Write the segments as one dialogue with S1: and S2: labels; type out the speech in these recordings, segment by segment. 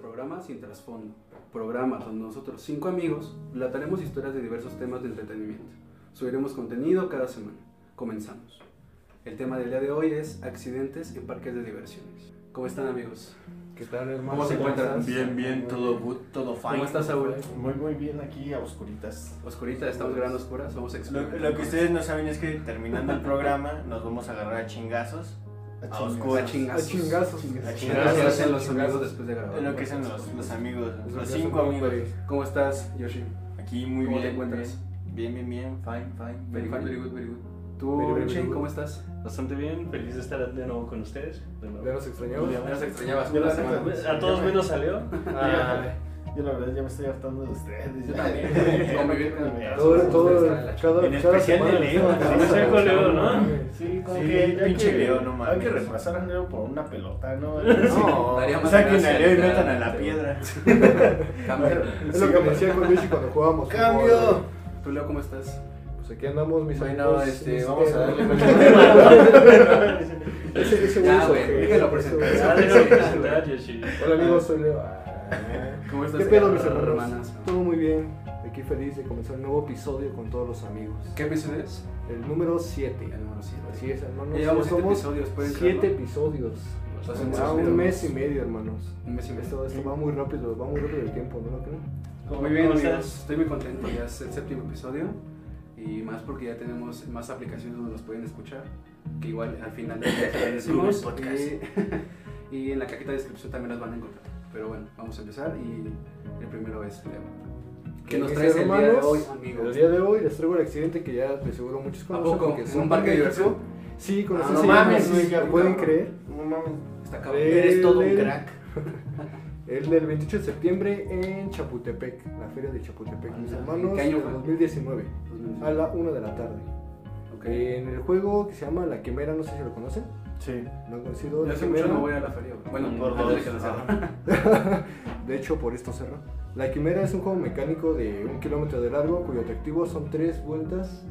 S1: programa sin trasfondo, programa donde nosotros, cinco amigos, relataremos historias de diversos temas de entretenimiento. Subiremos contenido cada semana. Comenzamos. El tema del día de hoy es accidentes en parques de diversiones. ¿Cómo están amigos?
S2: ¿Qué tal, hermano?
S1: ¿Cómo se encuentran?
S3: Bien, bien,
S2: Muy
S3: todo,
S2: bien.
S3: good, todo fine.
S1: ¿Cómo estás, Saúl?
S2: Muy, muy bien aquí a oscuritas.
S1: Oscurita, estamos grabando oscuras, somos
S4: Lo,
S1: expertos.
S4: lo que ustedes no saben es que terminando el programa nos vamos a agarrar a chingazos, a
S1: A
S4: oscuras,
S1: chingazos.
S2: A chingazos.
S4: A
S1: Gracias,
S4: chingazos.
S1: a los amigos después de grabar.
S4: es lo que son los, los amigos,
S1: Es lo
S4: los
S1: que
S4: cinco
S1: hacemos,
S4: amigos.
S1: güey. ¿Cómo estás, Yoshi?
S4: Aquí muy
S1: ¿Cómo
S4: bien.
S1: te encuentras?
S4: Bien, bien, bien, bien, fine, fine.
S1: Very
S4: Very
S1: fine.
S4: good, very good, very good.
S1: ¿Tú,
S2: Very, very
S1: Richie,
S2: good.
S1: cómo estás?
S5: Bastante bien, feliz de estar de nuevo con ustedes. de nuevo.
S2: Ya nos extrañamos.
S5: Ya
S1: nos extrañabas
S2: Yo
S1: una
S2: la
S1: semana.
S2: neta-
S5: A todos menos salió.
S2: Ah, Yo la verdad ya me estoy hartando de ustedes.
S1: Yo también. Convivir con
S2: Todo, todo, cada,
S4: En
S2: cada
S4: especial
S2: semana
S4: de
S2: le
S4: Leo,
S2: están
S4: en especial
S5: con Leo,
S2: dando-
S5: ¿no?
S2: Sí, como
S4: Sí,
S2: que hay
S4: pinche
S2: que-
S4: Leo, no mames.
S2: Hay que reemplazar a Leo por una pelota, ¿no?
S1: No, daría más
S4: Saquen a
S1: gracia,
S4: Leo y
S1: literal.
S4: metan a la piedra.
S1: Cambio.
S2: Es lo que me hacía con Luigi cuando jugábamos. fútbol, güey.
S1: Cambio. ¿Tú, Leo, cómo estás?
S2: Pues aquí andamos, mis
S3: Bueno,
S2: amigos,
S3: este,
S2: mis
S3: vamos a
S2: Leo.
S3: darle.
S2: Ese ese güey
S1: Ya,
S2: es
S1: güey,
S2: ojete,
S1: déjenlo
S2: ese
S1: presentar.
S2: güey es
S5: Ah,
S2: ojete.
S5: déjame presentar, Yoshi.
S2: Hola amigos, soy Leo. Ah,
S1: ¿Cómo estás?
S2: ¿Qué pedo mis
S1: hermanos?
S2: hermanos? Todo muy bien. Aquí feliz de comenzar un nuevo episodio con todos los amigos.
S1: ¿Qué episodio es?
S2: El número 7.
S1: El número 7.
S2: Así es, hermanos.
S1: Ya llevamos
S2: Ya
S1: 7
S2: somos
S1: episodios, pues, pueden
S2: 7
S1: creerlo.
S2: episodios.
S1: Lo hacemos
S2: Ah,
S1: rápido.
S2: un mes y medio, hermanos.
S1: Un mes y medio.
S2: Esto, esto va muy rápido, va muy rápido el tiempo, ¿no lo creen?
S1: Muy bien,
S5: ¿Cómo
S1: amigos.
S5: estás?
S1: Estoy muy contento. Ya es el séptimo episodio. Y más porque ya tenemos más aplicaciones donde nos pueden escuchar. Que igual al final del día también decimos.
S4: Google Podcast.
S1: Y, y en la cajita de descripción también las van a encontrar. Pero bueno, vamos a empezar. Y el primero es Leo. ¿Qué nos
S2: Eh, Mis
S1: traes el día de
S2: hermanos,
S1: hoy, amigos?
S2: El día de hoy les traigo el accidente que ya de seguro muchos
S1: ¿A
S2: conocen.
S1: poco?
S2: porque
S1: ¿En
S2: son
S1: un parque de
S2: México.
S1: diversión?
S2: Sí, con
S1: Ah,
S2: eso
S1: no
S2: se
S1: mames,
S2: llama,
S1: güey,
S2: sí,
S1: qué
S2: ¿Pueden
S1: cabrón.
S2: creer?
S4: No mames.
S1: Está cabrón.
S2: Eh,
S1: Eres todo un
S2: eh.
S1: crack.
S2: El del 28 de septiembre en Chapultepec, la feria de Chapultepec, mis
S1: Ah,
S2: hermanos,
S1: ¿en qué año
S2: del
S1: fue?
S2: 2019, a la 1 de la tarde.
S1: Ok.
S2: En el juego que se llama La Quimera, no sé si lo conocen,
S4: Sí.
S2: no han conocido
S1: Yo
S2: La
S1: hace mucho
S2: Quimera.
S1: no voy a la feria. güey. Bueno,
S4: Por
S1: antes de que
S4: dos, Ah.
S1: la
S4: ajá.
S1: cerraran.
S2: De hecho, por esto cerró. La Quimera es un juego mecánico de un kilómetro de largo cuyo atractivo son tres vueltas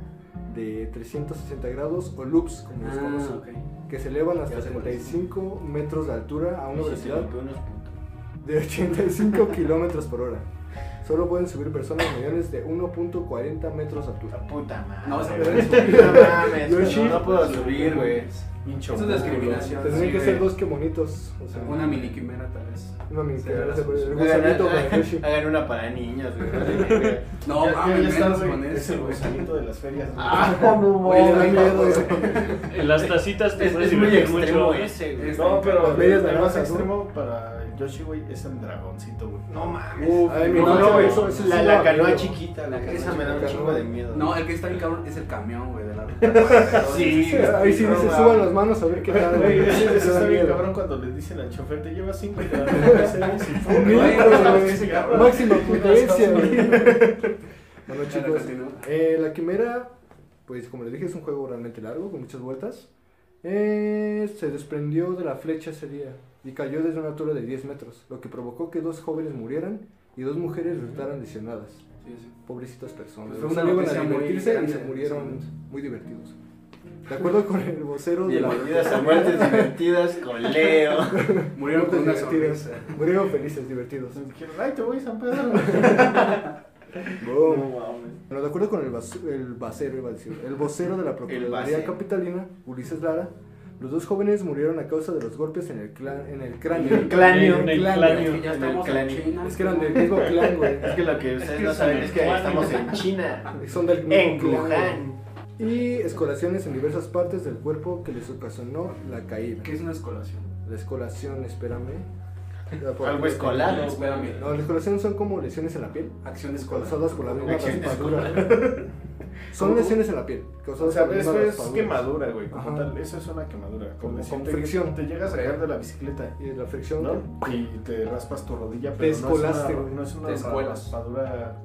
S2: de 360 grados o loops, como les
S1: Ah,
S2: conocen,
S1: ok.
S2: que se elevan hasta
S1: Ya sé cuál es.
S2: 35 metros de altura a una velocidad
S4: Unos putos.
S2: de 85 kilómetros por hora. Solo pueden subir personas mayores de 1.40 metros de altura.
S4: La puta madre.
S1: No, o sea,
S4: güey.
S1: puedes
S4: Ah, No mames,
S2: Yoshi.
S4: no, no puedo subir, güey.
S1: Eso es discriminación.
S2: Tendrían
S1: Ah, sí,
S2: que
S1: güey.
S2: ser dos que monitos. O sea,
S1: Una mini quimera, tal vez.
S2: Una mini
S1: Sí,
S2: quimera,
S1: las-
S2: se puede-
S1: No,
S2: Un gusanito para Yoshi.
S4: Hagan una para niños, güey. Oye,
S1: mames, menos con eso, güey.
S2: de las ferias.
S4: Ah, no,
S2: Oye,
S4: mames.
S2: da miedo
S1: pues.
S2: eso.
S5: En las tacitas te
S4: Es,
S5: puedes
S4: es muy
S5: divertir
S4: extremo
S5: mucho.
S4: ese, güey.
S1: este
S2: No, pero las medias naranjas, ¿no?
S6: para el Yoshi, güey, es el dragoncito, güey.
S4: No mames.
S2: Uf,
S4: Ay,
S2: no,
S4: mi mamá,
S2: no,
S4: güey.
S2: eso- eso sí
S4: la,
S2: daba
S4: la canoa
S2: miedo.
S4: chiquita, la
S1: La
S4: canoa
S1: canoa
S4: Esa me da un
S2: chiquita,
S4: chingo
S2: ¿no?
S4: de miedo.
S1: No, el que está bien cabrón es el camión, güey, de la ruta.
S4: Sí, güey.
S2: Ahí sí
S4: No
S2: dice,
S4: mames.
S2: suban las manos a ver qué tal.
S6: Güey,
S2: güey.
S6: ese- ese
S2: Eso da
S6: está bien
S2: miedo.
S6: cabrón cuando le dicen al chofer, te llevas cinco y te dan una seis, y fum,
S2: Mil,
S6: güey,
S2: güey.
S6: no, ese cabrón.
S2: Máxima potencia.
S6: Unas
S2: güey. Bueno,
S1: Bueno,
S2: chicos,
S1: continúa.
S2: eh, la quimera, pues como les dije, es un juego realmente largo, con muchas vueltas. Eh, se desprendió de la flecha ese día y cayó desde una altura de 10 metros, lo que provocó que dos jóvenes murieran y dos mujeres resultaran lesionadas.
S1: Sí, sí.
S2: Pobrecitas personas.
S1: Pues fue una
S2: Los iban
S1: noticia
S2: a
S1: muy
S2: divertirse y
S1: grande
S2: se
S1: en ese
S2: murieron
S1: momento.
S2: muy divertidos. De acuerdo con el vocero de la
S4: Bienvenidas a muertes divertidas con Leo.
S1: Murieron con una
S2: Muertes divertidas.
S1: sonrisa.
S2: Murieron felices, divertidos.
S6: Dijeron, Ay, te voy a San Pedro.
S2: Boom. Bueno, de acuerdo con el, vas- el vocero, iba a decir, el vocero de la Procuraduría
S4: base.
S2: Capitalina, Ulises Lara, los dos jóvenes murieron a causa de los golpes en el, clan, en el cráneo.
S4: En el cráneo,
S2: En
S5: en
S2: el
S5: el
S2: cráneo.
S5: cráneo.
S1: Es que ya estamos en China.
S2: Es que eran
S4: En el clan.
S2: del mismo clan, güey.
S4: Es que lo que ustedes
S5: que
S4: no
S5: es
S4: saben
S5: un
S4: es que
S5: Wuhan.
S4: estamos en China.
S2: Son del mismo
S4: En
S2: clan. güey.
S4: Wuhan.
S2: Y escolaciones en diversas partes del cuerpo que les ocasionó la caída.
S1: ¿Qué es una escolación?
S2: La escolación, espérame.
S4: Algo escolar.
S1: No, espérame.
S2: No, las escolaciones son como lesiones en la piel,
S1: Acción escolar.
S2: causadas por la misma
S4: Lesiones
S2: raspadura. Son lesiones en la piel,
S6: O
S2: causadas
S6: sea,
S2: por la misma
S6: eso es
S2: raspadura.
S6: quemadura, güey, como
S2: Ajá.
S6: tal. Eso es una quemadura.
S2: Como
S6: decirte
S2: con
S6: que
S2: fricción.
S6: Te llegas a caer de la bicicleta,
S2: Y la fricción
S6: ¿no? Y te raspas tu rodilla,
S2: Te
S6: pero no es una-
S2: escolaste, güey.
S6: no es una
S1: Te escuelas.
S6: raspadura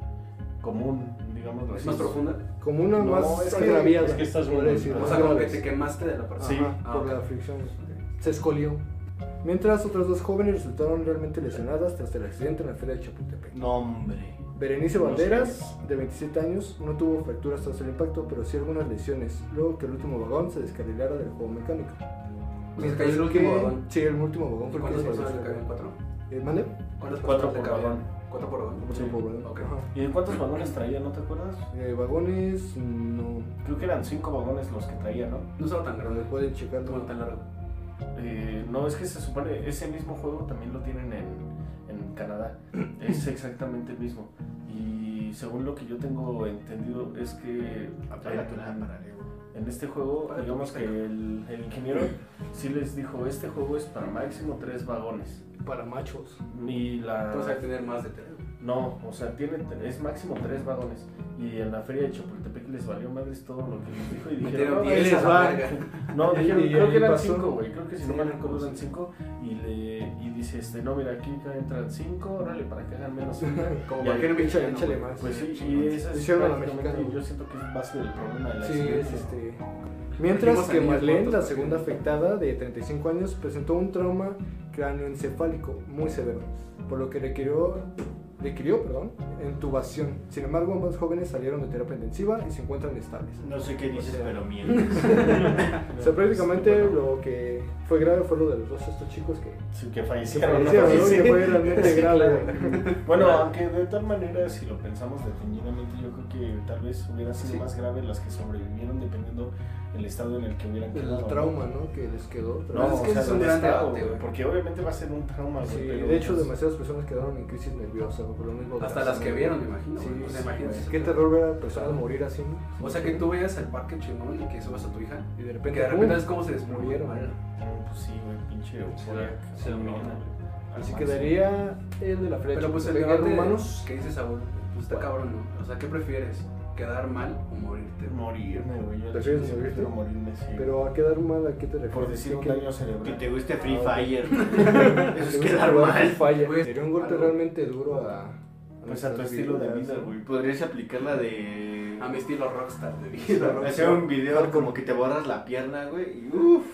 S6: común, digamos
S1: ¿Es más profunda?
S2: Como una
S6: No,
S2: más
S6: es que-
S2: agraviada.
S5: es que estás
S2: podría
S5: muy-
S2: decir,
S1: O
S2: más
S1: sea, como que
S2: graves.
S1: te quemaste de la
S2: Ajá,
S1: persona.
S6: Sí.
S1: Ah,
S2: por
S1: ok.
S2: la fricción. Se escolió. Mientras otras dos jóvenes resultaron realmente lesionadas tras el accidente en la feria de Chapultepec.
S4: Nombre.
S2: Berenice
S4: No sé.
S2: Banderas, de 27 años, no tuvo fracturas tras el impacto, pero sí algunas lesiones, luego que el último vagón se descarrilara del juego mecánico.
S1: O sea, se cayó el último
S2: que-
S1: vagón.
S2: Sí, el último vagón
S1: ¿Y
S2: fue el que
S1: cuántas
S2: se
S1: personas le
S2: descarriló.
S1: cayeron? ¿Cuatro?
S2: Eh, ¿Mande?
S1: ¿Cuántas
S6: Cuatro
S1: personas le
S6: por
S1: cabían?
S6: vagón.
S1: Cuatro por vagón.
S2: Sí, por vagón.
S1: Ok.
S2: Ajá.
S6: ¿Y de cuántos vagones traía, no te acuerdas?
S2: Eh, vagones, no.
S6: Creo que eran cinco vagones los que traía, ¿no?
S1: No estaba tan grande,
S2: Pero pueden checarlo.
S1: no tan largo.
S6: Eh, no, es que se supone, ese mismo juego también lo tienen en, en Canadá. Es exactamente el mismo. Y según lo que yo tengo entendido es que
S4: Aplégate una lámpara, Leo.
S6: en este juego,
S1: Para
S6: digamos
S1: tu
S6: que el, el ingeniero sí les dijo, este juego es para máximo tres vagones.
S2: Para machos.
S6: Y la...
S1: Entonces hay que tener más de tres. güey.
S6: No, o sea, tiene, es máximo tres vagones. Y en la feria de Chapultepec les valió madres todo lo que les dijo y dijeron,
S1: Metieron
S6: no,
S1: diez
S6: esa
S1: a
S6: es
S1: la
S6: la
S1: larga.
S6: no,
S2: Y-
S6: dijeron,
S2: y
S6: creo
S2: ahí
S6: que eran
S2: pasó.
S6: cinco, güey. Creo que si
S1: Sí,
S6: no mal
S1: eran
S6: recuerdo
S1: como
S6: eran cinco. Y, le, y dice, este, no, mira, aquí acá entran cinco, órale, para que hagan menos.
S1: Como
S6: Y
S1: cualquier
S6: ahí,
S1: bicho.
S2: Échale, échale
S1: güey.
S2: más.
S6: Pues sí, y
S1: chingón.
S6: eso es
S2: Hicieron a la
S6: prácticamente,
S2: mexicana.
S6: yo siento que es base del problema de la
S2: Sí, es
S6: accidente.
S2: este. Mientras
S1: Dijimos
S2: que
S1: anillos
S2: Marlene,
S1: cortos,
S2: la
S1: porque-
S2: segunda afectada de 35 años, presentó un trauma cráneoencefálico muy severo, por lo que requirió, requirió perdón, entubación. Sin embargo, ambos jóvenes salieron de terapia intensiva y se encuentran estables.
S4: No sé qué dices,
S2: O sea,
S4: pero mientes.
S6: Ah,
S2: O sea, prácticamente lo que fue grave fue lo de los dos estos chicos que
S6: Sí, que
S2: que
S6: fallecieron. ¿no?
S2: fallecieron, ¿no?
S6: Sí.
S2: Que fue realmente
S6: Sí,
S2: grave.
S6: Bueno, aunque de tal manera, si lo pensamos detenidamente, yo creo que tal vez hubiera sido
S2: Sí.
S6: más grave las que sobrevivieron dependiendo el estado en el que hubieran quedado.
S2: El
S6: ¿no?
S2: trauma, ¿no? Que les quedó.
S6: No,
S1: Pues es
S6: o
S1: que
S6: sea,
S1: es un
S6: del
S1: gran
S6: estado,
S1: debate,
S6: güey,
S1: güey.
S6: Porque obviamente va a ser un trauma, güey.
S2: Sí,
S6: pero
S2: de hecho,
S6: muchas-
S2: demasiadas personas quedaron en crisis nerviosa por lo mismo. de
S1: Hasta
S2: la
S1: las que
S2: sangre.
S1: vieron, me imagino.
S2: Sí,
S1: güey. O sea,
S2: sí,
S1: imagínate.
S2: güey. Qué terror ver a personas morir así, ¿no?
S1: O sea, que tú veas al parque chingón y que subas a tu hija.
S2: Y de
S1: Que
S2: repente.
S1: de repente
S2: ¡pum!
S1: ves cómo se desmurieron.
S2: Murieron.
S6: No, Pues sí, güey, pinche euforia.
S5: Se domina.
S2: Así
S6: ah,
S2: quedaría el de la flecha.
S1: Pero pues el
S2: pegar
S1: debate
S2: humanos.
S1: que dice Saúl, pues está cabrón, ¿no? O sea, ¿qué prefieres? ¿Quedar mal o morirte?
S6: Morirme, güey. Yo
S2: ¿Prefieres
S6: sí
S2: morirte?
S6: prefiero morirme, sí.
S2: Pero a quedar mal, ¿a qué te refieres?
S6: por decir un
S2: ¿Qué-
S6: daño
S4: Que
S6: cerebral.
S4: te guste Free Fire.
S2: qué-
S4: Eso es
S2: te gusta
S4: quedar
S2: jugar Free
S4: mal.
S2: Fire?
S1: Güey,
S2: Sería un golpe
S1: algo.
S2: realmente duro a. a
S6: Pues a tu
S2: nuestras
S6: estilo de
S2: vidas.
S6: vida, güey.
S4: Podrías aplicar la de.
S1: A mi estilo rockstar de vida.
S2: Estilo
S4: Hacer un video como que te borras la pierna, güey. Y uff.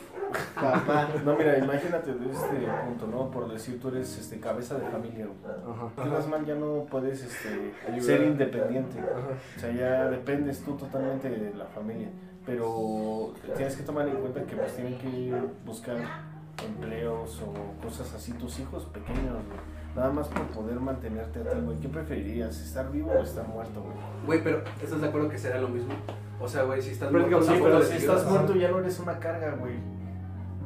S4: Papá.
S6: No, mira, imagínate de este punto, ¿no? Por decir, tú eres este, cabeza de familia, güey.
S2: Ajá.
S6: Quedas mal, ya no puedes este,
S2: Ayudar.
S6: ser independiente.
S2: Ajá.
S6: O sea, ya dependes tú totalmente de la familia. Pero tienes que tomar en cuenta que pues tienen que buscar empleos o cosas así tus hijos pequeños, güey. Nada más por poder mantenerte a ti, güey. ¿Qué preferirías? ¿Estar vivo o estar muerto, güey?
S1: Güey, pero ¿estás de acuerdo que será lo mismo? O sea, güey, si estás muerto,
S2: Prácticamente, sí,
S1: tampoco
S2: pero
S1: le
S2: si
S1: sigues,
S2: estás
S1: ¿no?
S2: muerto,
S6: ya no eres una carga, güey.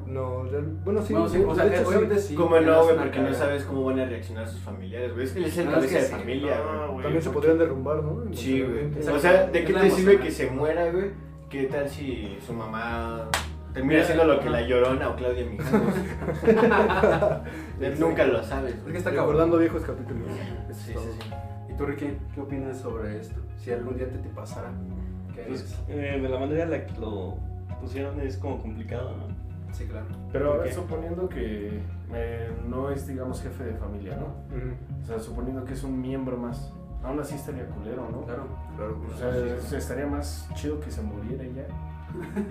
S2: No, real- bueno, sí.
S1: Bueno, sí,
S2: de-
S1: o sea, eh,
S2: de hecho, sí.
S1: obviamente sí.
S4: ¿Cómo no,
S1: es
S4: güey?
S1: una
S4: Porque no
S1: carga.
S4: sabes cómo van a reaccionar sus familiares, güey. Es que él es el
S1: No, es
S4: cabeza
S1: que
S4: de
S1: sí.
S4: familia, güey.
S2: También se podrían derrumbar, ¿no?
S4: Sí, güey.
S2: Emocionalmente.
S4: O sea, ¿de
S1: Es
S4: qué
S1: la
S4: te sirve
S1: emocional.
S4: que se muera, güey? ¿Qué tal si su mamá termina haciendo lo que la llorona o Claudia Mijangos? Nunca lo sabes,
S1: Es
S4: güey.
S1: que está cabrón.
S2: Recordando viejos capítulos. Eso
S4: Sí,
S2: es todo.
S4: sí, sí.
S1: ¿Y tú, Ricky, qué opinas sobre esto? Si algún día te, te pasara, ¿qué harías?
S5: Pues, eh, de la manera en la que lo pusieron es como complicado, ¿no?
S1: Sí, claro.
S6: Pero
S5: ¿Por
S6: ahora
S5: qué?
S6: suponiendo que eh, no es, digamos, jefe de familia, ¿no?
S2: Ujú,
S6: O sea, suponiendo que es un miembro más. Aún así estaría culero, ¿no?
S1: Claro.
S2: Claro.
S6: O sea,
S2: Ah,
S6: es- Pues, eh, estaría más chido que se muriera y ya.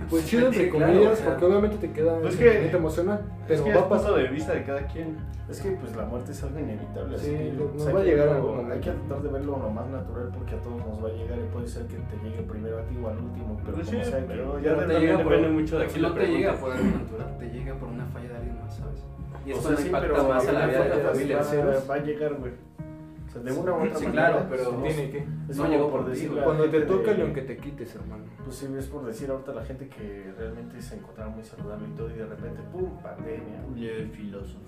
S2: Pues chido
S1: Sí,
S2: entre
S1: claro,
S2: comillas,
S1: o sea.
S2: porque obviamente te queda
S5: Pues
S2: pues
S5: es que-
S2: te emociona,
S5: Es
S2: pero
S5: que
S2: va
S5: es
S2: a pasar.
S5: punto de vista de cada quien.
S6: Es que pues la muerte es algo inevitable, así
S2: Sí,
S6: que pues,
S2: nos
S6: hay
S2: va a
S6: que
S2: llegar
S6: verlo-
S2: algún momento.
S6: hay que tratar de verlo lo más natural porque a todos nos va a llegar y puede ser que te llegue primero a ti o al último, pero
S5: Pues
S6: como
S5: sí,
S6: sea que-
S5: pero
S1: Pero
S5: ya
S1: no
S5: de-
S1: te llega
S5: también
S1: por-
S5: depende mucho de
S1: o sea,
S5: quién
S1: No
S5: le
S1: te llega
S5: preguntes.
S1: por algo natural, te llega por una falla de alguien más, ¿sabes? Y
S6: o
S1: esto
S6: sea,
S1: no
S6: sí,
S1: impacta más
S6: pero
S1: a la
S6: alguna
S1: vida de
S6: forma
S1: la
S6: va-
S1: familia.
S2: sí,
S6: va, va a llegar, güey. O sea, de una u otra
S1: Sí,
S6: manera.
S1: claro, pero
S6: somos-
S2: Tiene que.
S6: es
S1: no
S6: como
S1: llegó por ti,
S6: decir
S1: güey.
S6: la
S2: Cuando te
S6: gente
S2: toca
S6: de-
S2: y aunque te quites, hermano.
S6: Pues sí, es por decir ahorita la gente que realmente se encontraba muy saludable y todo y de repente, ¡pum! Pandemia.
S4: Y el filósofo.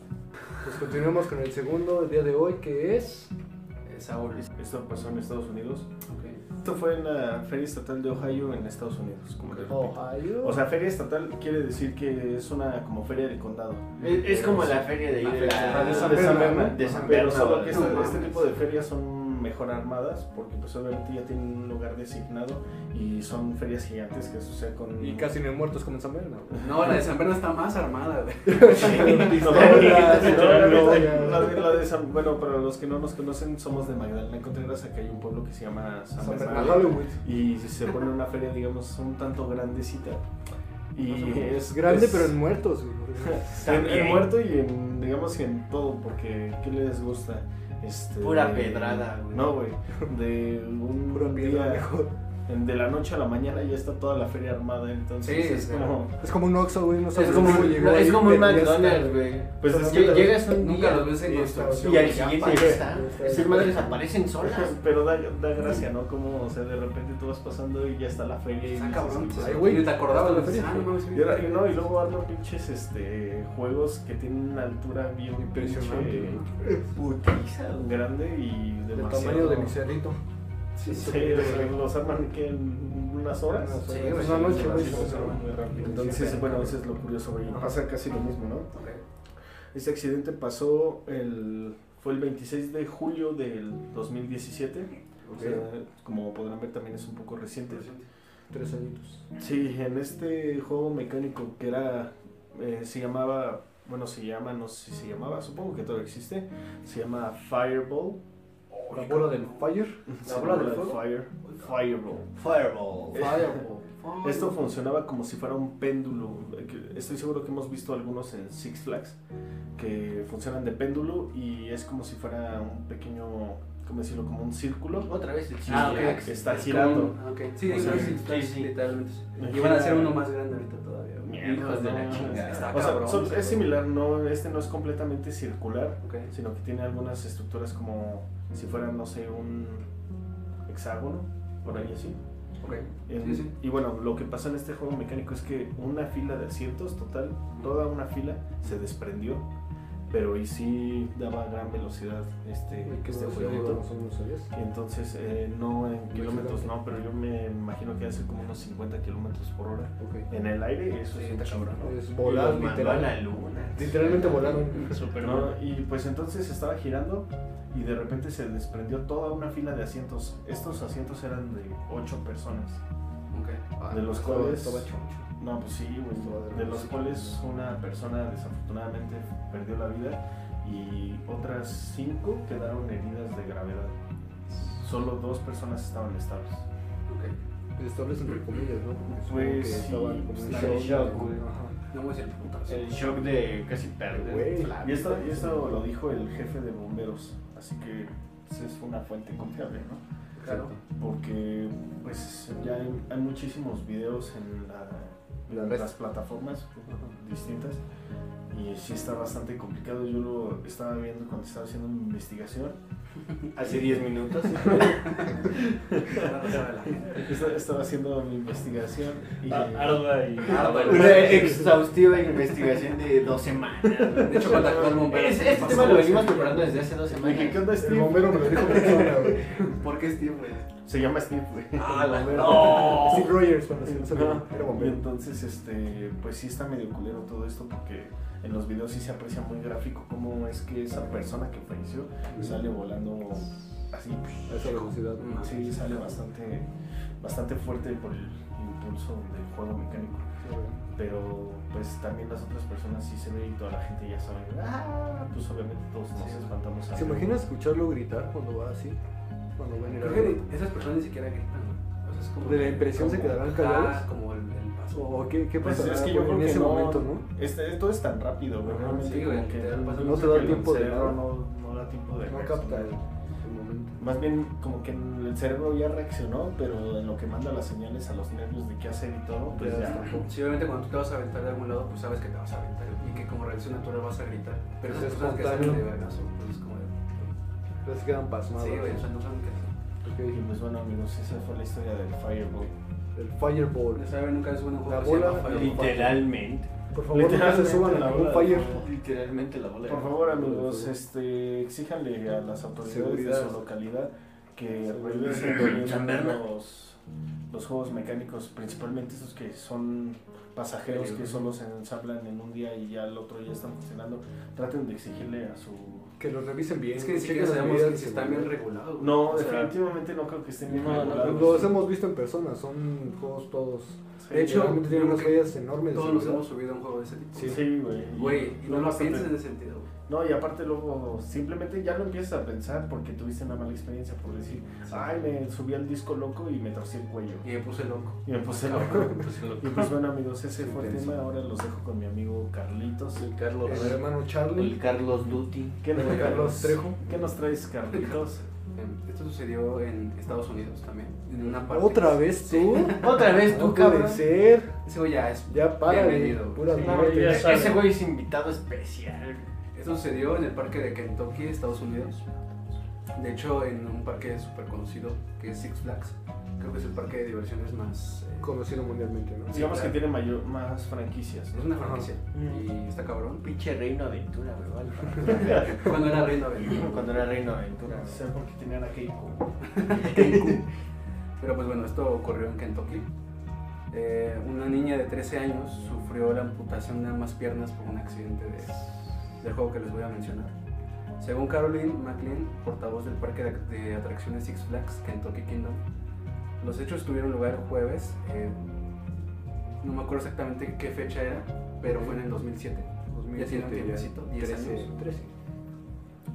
S2: Pues continuamos con el segundo del día de hoy, que es.
S1: Eh, Saúl.
S6: Esto pasó en Estados Unidos.
S1: Ok.
S6: Esto fue en la Feria Estatal de Ohio en Estados Unidos, como les repito.
S2: Ohio.
S6: O sea, feria estatal quiere decir que es una como feria del condado.
S4: E-, Es, es como la feria de ahí de la-
S6: de
S4: de
S6: San
S4: San
S6: Bernardo,
S4: Bernardo.
S6: ¿no?
S4: De San
S6: Pero solo
S4: Bernardo.
S6: que
S1: no
S6: este,
S1: mames.
S6: este tipo de ferias son mejor armadas porque pues obviamente ya tienen un lugar designado y son ferias gigantes que suceden con...
S2: y casi no hay muertos como en San Bernardo.
S1: No, la de San Bernardo está más armada, güey.
S6: No,
S2: Pistolas,
S6: no,
S2: no,
S6: no,
S2: ya.
S6: la de- la de San- Bueno, para los que no nos conocen, somos de Magdalena Contreras, acá hay un pueblo que se llama San,
S2: San
S6: Bernardo.
S2: Bernardo. Hollywood.
S6: Y se pone una feria, digamos, un tanto grandecita. Y es
S2: Es grande,
S6: es-
S2: pero en muertos, güey.
S6: En, en
S4: También.
S6: muerto y en, digamos que en todo, porque ¿qué les gusta? Este,
S4: Pura pedrada, güey.
S6: No, güey. De un
S2: Pura piedra,
S6: día,
S2: mejor.
S6: en- de la noche a la mañana ya está toda la feria armada, entonces
S4: Sí,
S6: es
S4: sí.
S6: como... pues,
S2: Es como un Oxxo, güey, no sabes
S4: es como,
S2: cómo
S4: un-
S2: llegó
S4: no, es
S2: ahí,
S4: como un
S2: pero ya está.
S4: McDonald's, güey.
S6: Pues es que
S4: Lle-
S6: la-
S4: Llegas un
S1: Nunca
S4: día
S1: los ves en construcción.
S4: y al
S1: ya
S4: siguiente
S1: aparecen.
S4: ya está. Esas madres aparecen solas.
S6: Pero da, da gracia, ¿no? Como, o sea, de repente tú vas pasando y ya está la feria y...
S1: Está
S6: dices,
S1: cabrón.
S2: Ay, güey,
S1: Ni te acordabas
S2: hasta la
S1: dices,
S2: feria.
S1: ah, no mames, sí.
S6: Y, ahora- y no, y luego arman pinches este, juegos que tienen una altura bien
S2: Impresionante,
S6: pinche
S4: Putiza, güey.
S6: grande y
S2: Del
S6: demasiado...
S2: tamaño de mi cerrito.
S1: Sí,
S6: Sí,
S1: sí.
S6: o sea, los arman que en unas horas.
S2: Unas
S4: Sí,
S2: horas.
S4: güey,
S2: Una
S4: sí,
S2: noche,
S4: sí,
S2: güey.
S4: sí,
S2: se
S4: sí,
S2: arma.
S4: sí.
S6: Entonces, bueno, eso es lo curioso, güey. Pasa casi lo mismo, ¿no?
S1: Ok.
S6: Este accidente pasó el fue el 26 de julio del 2017. O sea, como podrán ver también es un poco reciente.
S2: Tres añitos.
S6: Sí, en este juego mecánico que era eh, se llamaba, bueno, se llama, no sé si se llamaba, supongo que todavía existe. Se llama Fireball.
S2: La bola del Fire.
S6: Se
S1: bola
S6: llama
S1: del fuego?
S6: Fire, Fireball.
S4: Fireball.
S2: Fireball.
S6: Esto funcionaba como si fuera un péndulo. que Estoy seguro que hemos visto algunos en Six Flags que funcionan de péndulo y es como si fuera un pequeño, ¿cómo decirlo? Como un círculo.
S4: Otra vez el Este, chiste.
S1: Ah,
S6: que
S1: ok.
S6: Está
S1: Es
S6: girando.
S1: como un- ah, ok. Sí,
S6: O sea,
S1: sí, sí,
S5: sí, sí.
S1: literalmente.
S6: Me
S1: Y van a
S6: gira-
S1: hacer uno más grande ahorita todavía. güey.
S6: Mierda,
S1: Hijos de la
S6: no,
S1: chingada.
S6: es-
S1: Está
S6: o sea,
S1: cabrón.
S6: son-
S1: ese
S6: es
S1: juego.
S6: similar, no, este no es completamente circular,
S1: Ok.
S6: sino que tiene algunas estructuras como si fuera, no sé, un hexágono, por ahí así.
S1: Ok.
S6: En-
S1: Sí, sí.
S6: Y bueno, lo que pasó en este juego mecánico es que una fila de asientos total, toda una fila se desprendió, pero y sí daba gran velocidad este, este jueguito. Y entonces, eh, no en kilómetros, no, pero yo me imagino que hace como unos 50 kilómetros por hora. En el aire, eso
S1: Sí,
S6: es un
S1: está
S6: chingo,
S1: cabrón.
S6: ¿no?
S2: Es
S4: Y
S2: volar
S4: los mandó a la
S2: literal.
S4: luna.
S2: Literalmente volaron.
S5: Super
S6: No, y pues entonces estaba girando y de repente se desprendió toda una fila de asientos. Estos asientos eran de 8 personas.
S1: Ok.
S6: De los cuales-
S2: Estaba choncho.
S6: No, pues sí, güey. De los cuales una persona desafortunadamente perdió la vida y otras cinco quedaron heridas de gravedad. Solo dos personas estaban estables.
S1: Ok.
S2: Estables entre comillas, ¿no? Porque supongo
S6: Pues,
S2: que
S6: sí,
S2: estaban como
S6: pues,
S2: en
S4: la de
S2: shock,
S4: shock,
S2: güey.
S4: güey.
S2: Ajá.
S1: No voy a decir putas.
S4: El shock de casi
S2: Güey.
S4: perder la
S6: Y esto,
S4: vida.
S6: y esto lo dijo el jefe de bomberos, así que pues, es una fuente confiable, ¿no?
S1: Claro.
S6: porque pues ya hay, hay muchísimos videos en, la- en
S2: La red.
S6: las plataformas distintas y sí está bastante complicado. Yo lo estaba viendo cuando estaba haciendo mi investigación.
S4: Hace 10 minutos.
S6: Esta- estaba haciendo mi investigación y
S5: Arda y.
S1: Ah, bueno.
S4: Una exhaustiva investigación de dos semanas.
S1: De hecho, contactó al bombero.
S4: Este, este tema lo venimos preparando desde hace dos
S6: Me dije, ¿qué
S4: semanas.
S6: onda
S2: El
S6: Steve?
S2: bombero me lo dijo en persona, güey.
S1: ¿Por qué es tiempo?
S6: Se llama Steve, güey.
S1: Ah, la
S6: Oh.
S2: Steve Rogers, para si no sabían, era
S6: Y
S2: bombero.
S6: entonces, este, pues sí está medio culero todo esto porque en los videos sí se aprecia muy gráfico cómo es que esa persona que falleció sale volando así.
S2: A esa velocidad.
S1: Mm.
S6: Sí, sale bastante, bastante fuerte por el impulso del juego mecánico. Pero pues también las otras personas sí se ven y toda la gente ya sabe. "Ah", Pues obviamente todos nos espantamos.
S2: ¿Se
S6: algo.
S2: imagina escucharlo gritar cuando va así? Cuando va a ir
S1: Creo que ni- esas personas ni siquiera gritan. güey. O sea, es como.
S2: ¿De la impresión se
S1: como-
S2: quedarán callados? Oh,
S1: Ah, como el, el paso.
S2: ¿O qué, qué
S6: Pues
S2: pasará
S6: es que yo
S2: güey,
S6: creo
S2: en
S6: que
S2: ese
S6: no,
S2: momento, no?
S6: Este, esto es tan rápido, güey.
S2: Ajá,
S6: realmente
S1: sí, güey,
S6: como
S1: te da el paso.
S6: que
S2: No te da
S6: el
S2: tiempo de
S6: cerebro
S2: nada.
S6: no, no da tiempo de
S2: No
S6: reaccionar.
S2: capta el, el momento.
S6: Más bien como que el cerebro ya reaccionó, pero en lo que manda las señales a los nervios de qué hacer y todo, pues
S2: Ya
S6: ya.
S2: está.
S1: Sí, obviamente cuando tú te vas a aventar de algún lado, pues sabes que te vas a aventar y que como reacción natural vas a gritar. Pero esas
S2: Es
S1: personas que salen de
S2: espontáneo.
S1: vergazo, pues es como de.
S2: Entonces quedan pasmados.
S1: Sí, güey, o sea, no saben qué hacer.
S6: Y
S2: Ok.
S6: pues bueno amigos, esa fue la historia del Fireball.
S2: El fireball.
S1: No saben, nunca es bueno
S2: La
S1: jugar. se llama
S2: bola-
S1: Fireball.
S4: Literalmente.
S2: Por favor, no se
S6: Literalmente
S2: suban
S6: la
S2: a ningún
S6: bola de
S2: fire.
S6: fuego.
S4: Literalmente la bola. de-
S6: Por favor amigos, este, exíjanle a las autoridades de
S2: Seguridad.
S6: su localidad que
S2: Seguridad.
S6: revisen bien
S4: Chamberla.
S6: los, los juegos mecánicos, principalmente esos que son pasajeros que solo se ensablan en un día y ya el otro ya están funcionando. Traten de exigirle a su
S2: Que lo revisen bien.
S1: Es que ni
S2: chequen
S1: siquiera
S2: las
S1: sabemos
S2: medidas
S1: que
S2: de
S1: si están bien
S2: seguridad.
S1: regulados. güey.
S6: No,
S1: O sea,
S6: definitivamente no creo que estén bien
S5: No, no,
S6: regulados.
S2: Los hemos visto en persona, son juegos todos.
S6: Sí,
S1: De hecho,
S2: Realmente tienen
S1: yo
S2: unas
S1: creo que
S2: fallas enormes. de
S1: Todos nos
S2: seguridad.
S1: hemos subido a un juego de ese tipo.
S6: sí, sí, güey. Y-
S1: Güey, y no lo
S6: vas a
S1: piensas en
S6: tener-
S1: ese sentido. güey.
S6: No, y aparte luego simplemente ya lo empiezas a pensar porque tuviste una mala experiencia por decir, ay, me subí al disco loco y me torcí el cuello.
S1: Y me puse loco.
S6: Y me puse loco.
S5: Entonces,
S6: Y pues bueno amigos, ese
S2: Sí,
S6: fue el
S2: intenso.
S6: tema. Ahora los dejo con mi amigo Carlitos.
S4: El Carlos.
S2: El hermano
S4: El
S2: Charlie.
S4: Carlos Duty.
S6: ¿Qué nos
S2: Carlos
S6: traes?
S2: Trejo.
S6: ¿Qué nos traes, Carlitos?
S1: Em, Esto sucedió en Estados Unidos también. En una parte.
S2: ¿Otra vez tú?
S4: Otra vez tú,
S2: No puede
S4: cabrón.
S2: ser.
S1: Ese güey ya es.
S2: Ya para de
S1: Bienvenido.
S2: pura
S5: Sí,
S2: muerte.
S5: ya sabes.
S4: Ese güey es invitado especial.
S1: Esto sucedió en el parque de Kentucky, Estados Unidos. De hecho, en un parque súper conocido que es Six Flags. Creo que es el parque de diversiones más. eh,
S2: Conocido mundialmente, ¿no?
S1: Sí,
S6: Digamos que
S1: claro.
S6: tiene mayor, más franquicias.
S1: es
S6: ¿no?
S1: una franquicia.
S2: Mm.
S1: Y está cabrón.
S4: Pinche Reino Aventura, weón.
S1: Cuando era reino del-
S4: Cuando era Reino Aventura.
S6: O sea, porque tenían a Keiko.
S1: Pero pues bueno, esto ocurrió en Kentucky. Eh, una niña de 13 años sufrió la amputación de ambas piernas por un accidente de- del juego que les voy a mencionar. Según Caroline McLean, portavoz del parque de, de atracciones Six Flags, Kentucky Kingdom, los hechos tuvieron lugar jueves. eh, no me acuerdo exactamente qué fecha era, pero fue en el 2007. Ya tiene un
S2: 2007,
S1: tiempecito, 10
S2: 13,
S1: años.
S2: 13,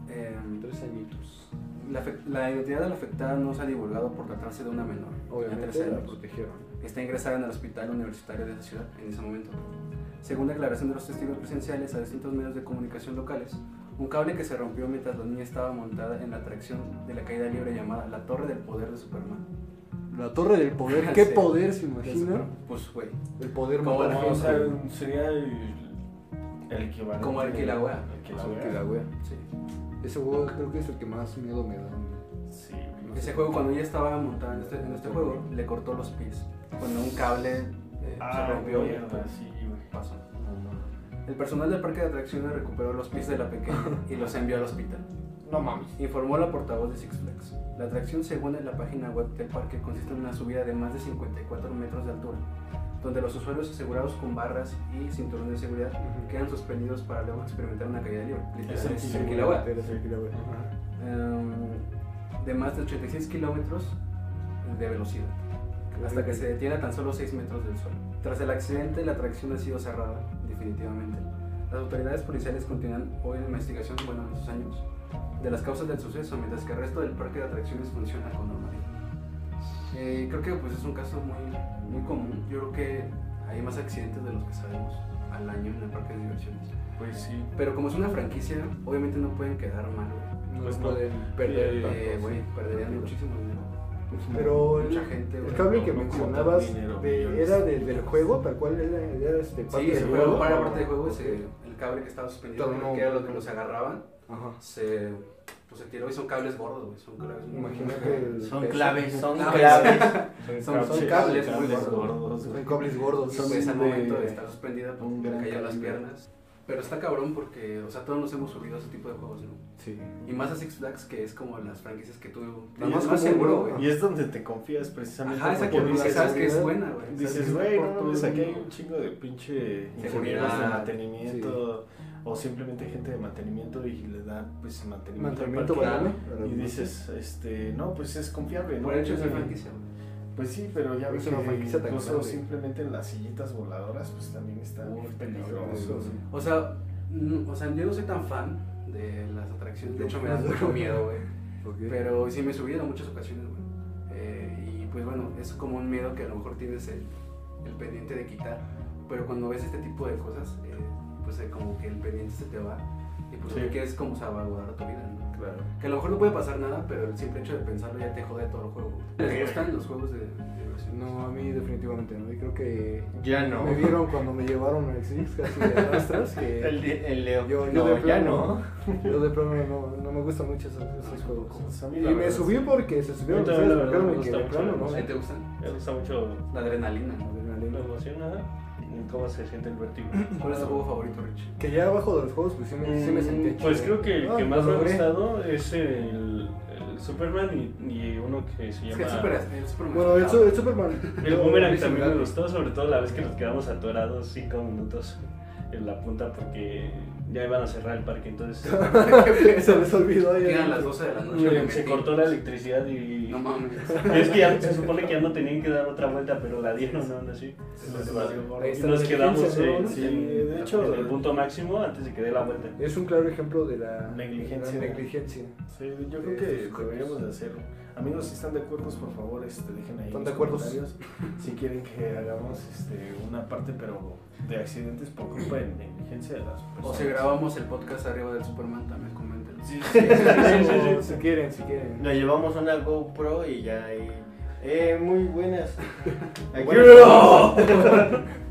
S1: Em,
S2: tres añitos.
S1: la, fe- la identidad de la afectada no se ha divulgado por tratarse de una menor. de
S2: Obviamente pues,
S1: 13
S2: la
S1: años.
S2: protegieron.
S1: está ingresada en el hospital universitario de esa ciudad en ese momento. Según declaración de los testigos presenciales a distintos medios de comunicación locales, un cable que se rompió mientras la niña estaba montada en la atracción de la caída libre llamada la Torre del Poder de Superman.
S2: La torre del poder. ¿Qué
S1: Sí.
S2: poder se
S1: De
S2: imagina?
S1: Superman. Pues, güey,
S2: El poder
S1: Como
S2: mata
S1: la
S2: a
S6: No, o
S2: todos.
S6: sea, sería el, el equivalente.
S1: Como Arquilagüea.
S6: de-
S2: Son que
S6: Arquilagüea.
S2: la wea.
S1: sí.
S2: Ese juego creo que es el que más miedo me da.
S6: Pues Sí, güey.
S1: Ese juego, cuando ella estaba montada en este, en este juego, le cortó los pies. Cuando un cable eh,
S6: Ah,
S1: se rompió,
S6: mierda, sí, güey.
S1: pasó. El personal del parque de atracciones recuperó los pies de la pequeña y los envió al hospital.
S4: No mames.
S1: informó la portavoz de Six Flags. La atracción, según en la página web del parque, consiste en una subida de más de 54 metros de altura, donde los usuarios asegurados con barras y cinturón de seguridad quedan suspendidos para luego experimentar una caída libre.
S6: Es
S1: Literal,
S6: el
S1: es
S6: que
S1: el
S6: yo
S1: que la wea.
S2: Eres el que la wea.
S1: Em, de más de 86 kilómetros de velocidad, hasta que se detiene a tan solo 6 metros del suelo. Tras el accidente, la atracción ha sido cerrada, definitivamente. Las autoridades policiales continúan hoy la investigación, bueno, en esos años, de las causas del suceso, mientras que el resto del parque de atracciones funciona con normalidad. Eh, creo que pues, es un caso muy, muy común. Yo creo que hay más accidentes de los que sabemos al año en el parque de diversiones.
S6: Pues sí.
S1: Pero como es una franquicia, obviamente no pueden quedar mal. güey.
S2: No
S6: Pues no.
S2: pueden perder
S6: Eh,
S2: tanto,
S1: Eh,
S2: sí.
S1: güey, perderían
S2: Pero-
S1: muchísimo dinero.
S2: Pero el,
S1: Mucha gente,
S2: el
S1: güey.
S2: cable que
S6: No, no como
S2: mencionabas
S6: tanto dinero,
S2: de-
S6: millones.
S2: era de- del juego, tal cual era, era este parte
S1: Sí,
S2: del
S1: se juego, para
S2: Ok.
S1: parte del juego, ese- el cable que estaba suspendido,
S2: Tornó.
S1: que era lo que los agarraban,
S2: Ajá.
S1: se, pues, se tiró y son cables gordos, güey. Son cables muy
S2: Imagínate el
S4: Son
S2: peso.
S4: claves, son
S1: Claves.
S4: claves.
S1: Son, son
S6: Sí,
S1: cables,
S6: son
S1: muy
S6: cables
S1: gordos.
S5: gordos.
S2: Son cables gordos.
S1: Y pues al
S6: de-
S1: momento de estar suspendida, pues
S6: un
S1: le
S6: gran
S1: caían las
S6: calibre.
S1: piernas. Pero está cabrón porque, o sea, todos nos hemos subido a ese tipo de juegos, ¿no?
S2: Sí.
S1: Y más a Six Flags, que es como las franquicias que tú...
S2: Nada más
S1: es más
S2: como
S1: seguro,
S2: uno.
S1: güey.
S6: Y es donde te confías precisamente.
S1: Ajá, esa que
S6: porque
S1: tú
S6: dices,
S1: sabes que es
S2: seguridad.
S1: buena, güey.
S6: Dices, güey, no mames, aquí hay un chingo de pinche ingenieros de
S1: Seguridad.
S6: mantenimiento o simplemente gente de mantenimiento y le da pues mantenimiento. al
S2: Mantenimiento
S6: parque.
S2: variable.
S6: Y dices, este, no, pues es confiable, ¿no?
S1: Por el hecho es
S6: Pues,
S1: una franquicia, güey.
S6: Pues sí, pero ya
S2: Es
S6: ves que
S2: una franquicia tan
S6: incluso
S2: grande.
S6: simplemente en las sillitas voladoras pues también está
S1: Uy,
S6: muy
S2: peligroso,
S6: peligroso.
S2: sí.
S1: O sea, mm, o sea, yo no soy tan fan de las atracciones. De hecho, me da mucho miedo, güey. Pero sí me he subido en muchas ocasiones, güey. Eh, y pues bueno, es como un miedo que a lo mejor tienes el, el pendiente de quitar. Pero cuando ves este tipo de cosas, eh, pues eh, como que el pendiente se te va. Y pues lo
S6: Sí.
S1: que quieres es como salvaguardar tu vida, ¿no?
S6: Claro.
S1: Que a lo mejor no puede pasar nada, pero el simple hecho de pensarlo ya te jode todo el juego. güey. ¿Les gustan los juegos de, de diversión?
S2: No, a mí definitivamente no. Y creo que
S4: Ya no.
S2: me vieron cuando me llevaron al Six casi de arrastras que
S4: El, de- el Leo.
S2: Yo, yo de
S4: no, ya
S2: plano.
S4: no.
S2: yo de plano no, no me gustan mucho esos, esos juegos.
S6: Pues, a mí
S2: Y
S6: la
S2: me
S6: verdad
S2: subí
S6: es que-
S2: porque se
S5: A
S2: subió
S5: mí también, la
S2: ustedes,
S5: verdad,
S2: pero
S5: me
S2: me
S5: gusta
S2: quedé
S5: mucho
S2: plano,
S5: la
S2: ¿no?
S5: música.
S1: ¿A ti te gustan?
S5: Me gusta mucho
S1: La adrenalina. ¿no?
S5: la
S2: Adrenalina.
S5: emoción, ajá, y cómo se siente el vértigo.
S1: ¿Cuál es tu juego favorito, Rich?
S2: Que ya abajo de los juegos, pues sí me, sí me senté
S5: Mm, Pues
S2: chido.
S5: creo que el
S2: Ah,
S5: que más me ha
S2: logré.
S5: gustado es el, el Superman y, y uno que se
S1: Es que
S5: llama...
S1: el Super, el Super
S2: Bueno, el, su- el Superman.
S5: El
S2: yo-
S5: boomerang
S2: yo-
S5: también me gustó, sobre todo la vez que nos quedamos atorados 5 minutos en la punta porque ya iban a cerrar el parque, entonces
S2: Se les olvidó ahí.
S1: Que eran las 12 de la noche. me
S5: eh, se
S1: metí.
S5: cortó la electricidad y...
S1: No mames.
S5: Es que ya se supone que ya no tenían que dar otra vuelta, pero la dieron aún así.
S6: Los valió gorro.
S2: Ahí
S5: Y
S2: está
S5: nos
S2: la
S5: quedamos
S2: emergencia,
S5: en,
S2: ¿no?
S6: Sí,
S5: en-
S6: de hecho,
S5: en el punto máximo antes de que dé la vuelta.
S2: Es un claro ejemplo de la
S6: Negligencia.
S2: de la negligencia.
S6: Sí, yo creo
S2: de
S6: que
S2: estos juegos.
S6: deberíamos de hacerlo. Amigos, si están de acuerdo, por favor, este, dejen ahí
S2: ¿Están
S6: en
S2: de
S6: los
S2: acuerdo?
S6: comentarios si quieren que hagamos este, una parte, pero de accidentes por culpa de negligencia de las personas.
S1: O si grabamos el podcast arriba del Superman, también coméntenlo.
S4: Sí, sí, sí.
S5: sí, sí, sí.
S2: O Si quieren, si quieren.
S4: Nos llevamos una GoPro y ya ahí. Eh, muy buenas. Aquí-
S1: Bueno,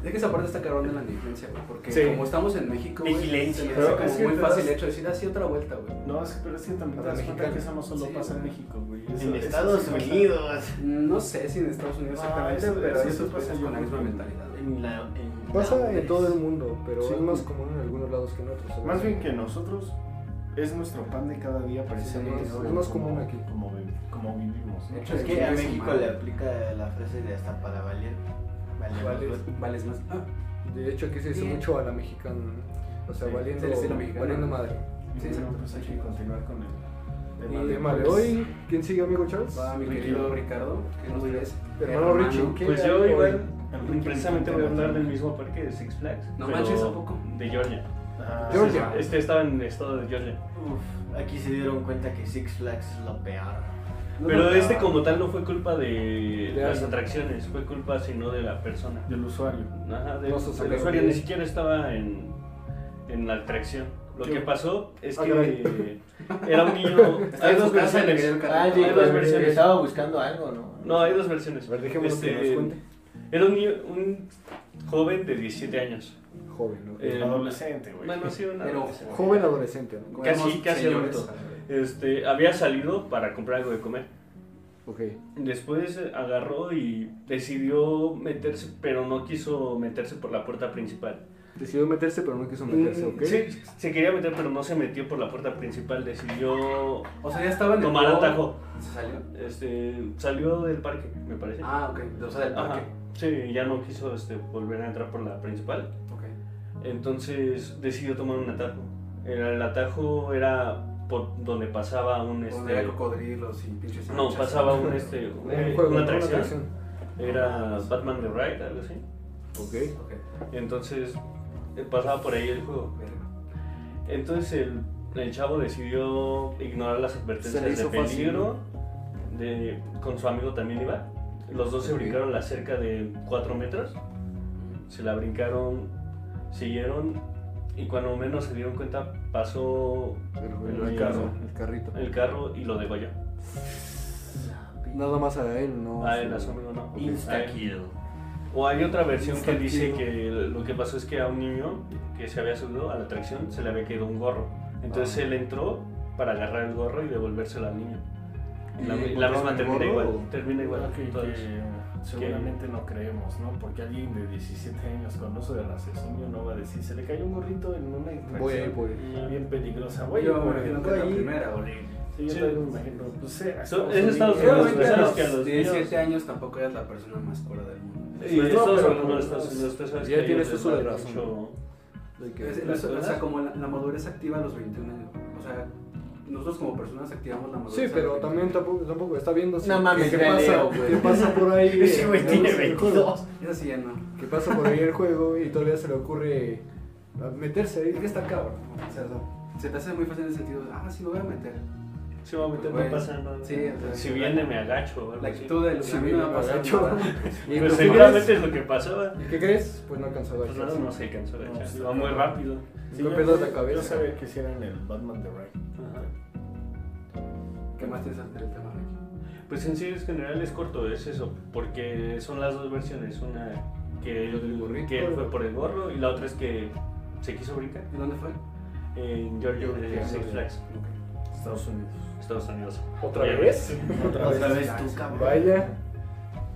S1: es que esa parte está cabrón de la negligencia, güey. Porque
S2: Sí.
S1: como estamos en México, güey,
S4: Negligencia.
S1: se me
S6: Pero
S1: hace como
S6: es que
S1: muy
S6: te
S1: fácil
S6: das-
S1: hecho decir así otra vuelta, güey.
S6: No, es que, pero es que también te
S2: Para
S6: das cuenta
S2: mexicanos.
S6: que eso no solo
S1: Sí,
S6: pasa en
S1: güey.
S6: México, güey. Eso-
S4: En
S6: eso
S4: Estados
S6: sí pasa.
S4: Unidos.
S1: No sé si en Estados Unidos
S6: No,
S1: exactamente,
S6: eso-
S1: pero
S6: eso
S1: hay esos
S6: pasa
S1: países
S6: yo
S1: con la
S6: creo
S1: misma
S6: que-
S1: mentalidad. güey.
S4: En la, en
S2: Pasa
S4: Londres.
S2: en todo el mundo, pero
S6: Sí.
S2: es más común en algunos lados que en otros.
S6: Más bien que nosotros es nuestro pan de cada día, precisamente.
S2: es-
S6: ¿no?
S2: es más
S6: Como-
S2: común aquí.
S6: Como, vi- como vivimos. ¿no?
S1: De hecho,
S4: Es que a
S1: Chingue su
S4: México
S1: madre.
S4: le aplica la frase de hasta para valer. Vale, pues, vale.
S1: Vales, vales más. Ah,
S2: De hecho, aquí se dice
S1: Bien.
S2: mucho a la mexicana, ¿no? O sea,
S6: Sí,
S2: valiendo,
S1: sí, sí, la mexicana.
S2: valiendo madre.
S6: Y
S1: Sí,
S6: bueno,
S1: exacto.
S6: pues hay que continuar con el tema
S1: Y-
S2: El
S6: de pues,
S2: tema de Pues, hoy, ¿quién sigue, amigo Charles?
S1: va mi
S6: Ricky.
S1: querido Ricardo, que nos traes.
S2: hermano Richie, ¿qué
S5: Pues
S2: hay
S5: yo
S2: hoy?
S5: igual,
S6: Enrique
S5: precisamente voy a
S6: Quintero.
S5: hablar del mismo parque de Six Flags.
S1: No
S5: pero
S1: manches, ¿a poco?
S5: De Georgia.
S6: Ah,
S2: Georgia.
S5: Este- Este estaba en el estado de Georgia.
S4: Uf, aquí se dieron cuenta que Six Flags es lo peor.
S1: No,
S5: Pero
S1: no,
S2: Pues,
S5: este como tal no fue culpa de
S2: De
S5: las
S2: alguien.
S5: atracciones, fue culpa sino de la persona.
S6: Del usuario.
S5: Ajá, de,
S2: No
S5: del
S2: sucedió.
S5: usuario, ni siquiera estaba en, en la atracción. Lo
S2: Yo-
S5: que pasó es
S2: Ah,
S5: que
S2: caray.
S5: era un niño...
S1: Está
S5: Hay
S1: en
S5: dos
S1: su casa, le quería
S5: versiones.
S1: el carrito.
S5: hay dos
S4: pero
S5: versiones.
S4: Estaba buscando algo, ¿no?
S5: No, hay dos versiones.
S2: A ver, dejemos
S5: este,
S2: que nos cuente.
S5: Era un, niño, un joven de 17 años.
S2: Joven, ¿no?
S5: Eh,
S6: Adolescente, güey.
S5: Bueno, sí, un
S1: Pero
S5: adolescente.
S2: Joven adolescente, ¿no?
S1: como
S5: casi-
S1: vemos
S5: casi
S1: señores,
S5: adulto. Este, había salido para comprar algo de comer.
S2: Ok.
S5: Después agarró y decidió meterse, pero no quiso meterse por la puerta principal.
S2: Decidió meterse, pero no quiso meterse, ¿ok?
S5: Sí, se quería meter, pero no se metió por la puerta principal. Decidió
S1: O sea, ya estaba en el
S5: tomar
S1: juego,
S5: atajo.
S1: ¿Se salió?
S5: Este, salió del parque, me parece.
S1: Ah, ok. O sea, del
S5: Ajá.
S1: parque.
S5: Sí, ya no quiso este, volver a entrar por la principal.
S1: Ok.
S5: Entonces decidió tomar un atajo. El, el atajo era por donde pasaba un
S1: Donde
S5: este.
S1: había cocodrilos y pinches.
S5: No,
S1: hinchas.
S5: pasaba un este. un-
S2: Un juego,
S5: una
S2: una
S5: atracción.
S2: atracción.
S5: Era Batman the Ride, algo así.
S2: Ok.
S1: Ok.
S5: Entonces eh, pasaba por ahí el juego. Entonces el, el chavo decidió ignorar las
S2: Se le
S5: advertencias
S2: hizo
S5: de
S2: fácil,
S5: peligro. de- con su amigo también iba. Los dos se
S1: Ok.
S5: brincaron la cerca de 4 metros. Se la brincaron, siguieron. Y cuando menos se dieron cuenta, pasó
S2: El,
S5: El
S2: el carro,
S5: carro.
S2: el carrito.
S5: el carro y lo degolló.
S2: Nada más a él, no.
S5: A
S2: su-
S5: él, a su amigo, no. A
S4: Insta
S5: él.
S4: kill.
S5: O hay otra versión que dice
S1: Instantáneo.
S5: que lo que pasó es que a un niño que se había subido a la atracción se le había quedado un gorro. Entonces él entró para agarrar el gorro y devolvérselo al niño. Y la,
S2: ¿Y
S5: y la
S2: encontraron
S5: misma
S2: el
S5: termina
S2: gorro
S5: igual.
S2: o?
S5: Termina igual.
S6: Ok,
S5: todos.
S6: que seguramente no creemos, ¿no? Porque alguien de 17 años con uso del raciocinio no va a decir, se le cayó un gorrito en una
S2: Voy a ir
S6: infracción
S2: por él.
S5: Mm.
S6: bien peligrosa.
S1: Güey,
S6: Güey,
S1: yo me
S6: güey,
S1: imagino que
S6: voy
S1: es la
S6: a ir.
S1: primera, güey.
S6: Sí, yo
S5: Sí.
S6: también me imagino. Pues, sí, a
S5: So-
S6: Estados
S5: es Estados
S1: Pero
S5: Unidos,
S6: Unidos,
S1: obviamente a
S5: sabes
S1: los
S5: que a los
S1: 17 años tampoco eres la persona más pura del mundo.
S5: Y
S6: Pues no,
S5: Estados
S6: pero-
S5: Unidos, Estados Unidos, tú sabes
S2: Ya
S5: que a
S2: tienes
S5: ellos les
S2: uso de
S5: vale
S2: razón.
S5: mucho-
S2: De que-
S1: Es- es- o sea, como la, la madurez activa a los 21 años. O sea, nosotros como personas activamos la madurez.
S2: Sí, pero también tampoco, tampoco está viendo si-
S4: No mames,
S2: qué,
S4: ya
S2: pasa,
S4: leo, güey.
S2: qué pasa por ahí.
S4: Ese güey
S2: eh,
S4: tiene
S2: en el
S4: 22.
S1: Es así, ya no.
S2: juego. Qué pasa por ahí el juego y todavía se le ocurre meterse
S1: Es que
S2: ahí.
S1: está cabrón. O sea, se te hace muy fácil en el sentido, de, ah, sí, me voy a meter.
S5: Sí, momento,
S1: Güey.
S5: no pasa nada.
S1: Sí, o sea,
S5: si viene, me agacho. o algo
S1: La
S5: así.
S1: actitud del
S2: Sí,
S1: a mí no me va
S2: me
S1: a pasar
S2: agacho.
S1: nada.
S2: ¿Y
S5: Pues
S2: tú qué
S5: seguramente
S2: crees?
S5: es lo que pasaba.
S2: ¿Y qué crees? Pues no alcanzó a
S5: Pues nada,
S2: agacharse.
S5: no se cansó de
S6: No,
S5: echar.
S6: sí.
S5: Iba muy rápido.
S6: Sí,
S2: Me
S6: yo-
S2: pelas la
S6: yo-
S2: cabeza.
S6: Yo sabía que hicieran el Batman de Ray.
S1: ¿Qué más tienes ante el tema, Ricky?
S5: Pues en sí, en general es corto, es eso, porque son las dos versiones, una que
S2: El
S5: él,
S2: gorrito.
S5: que él fue por el gorro y la otra es que se quiso brincar
S1: ¿Y dónde fue?
S5: en Georgia,
S2: Georgia,
S5: en Six
S2: Georgia.
S5: Flags,
S6: Estados Unidos.
S5: Estados Unidos.
S2: ¿Otra
S5: Oye,
S2: vez?
S6: Otra
S4: Otra
S6: vez.
S4: vez tú, cabrón.
S2: Vaya.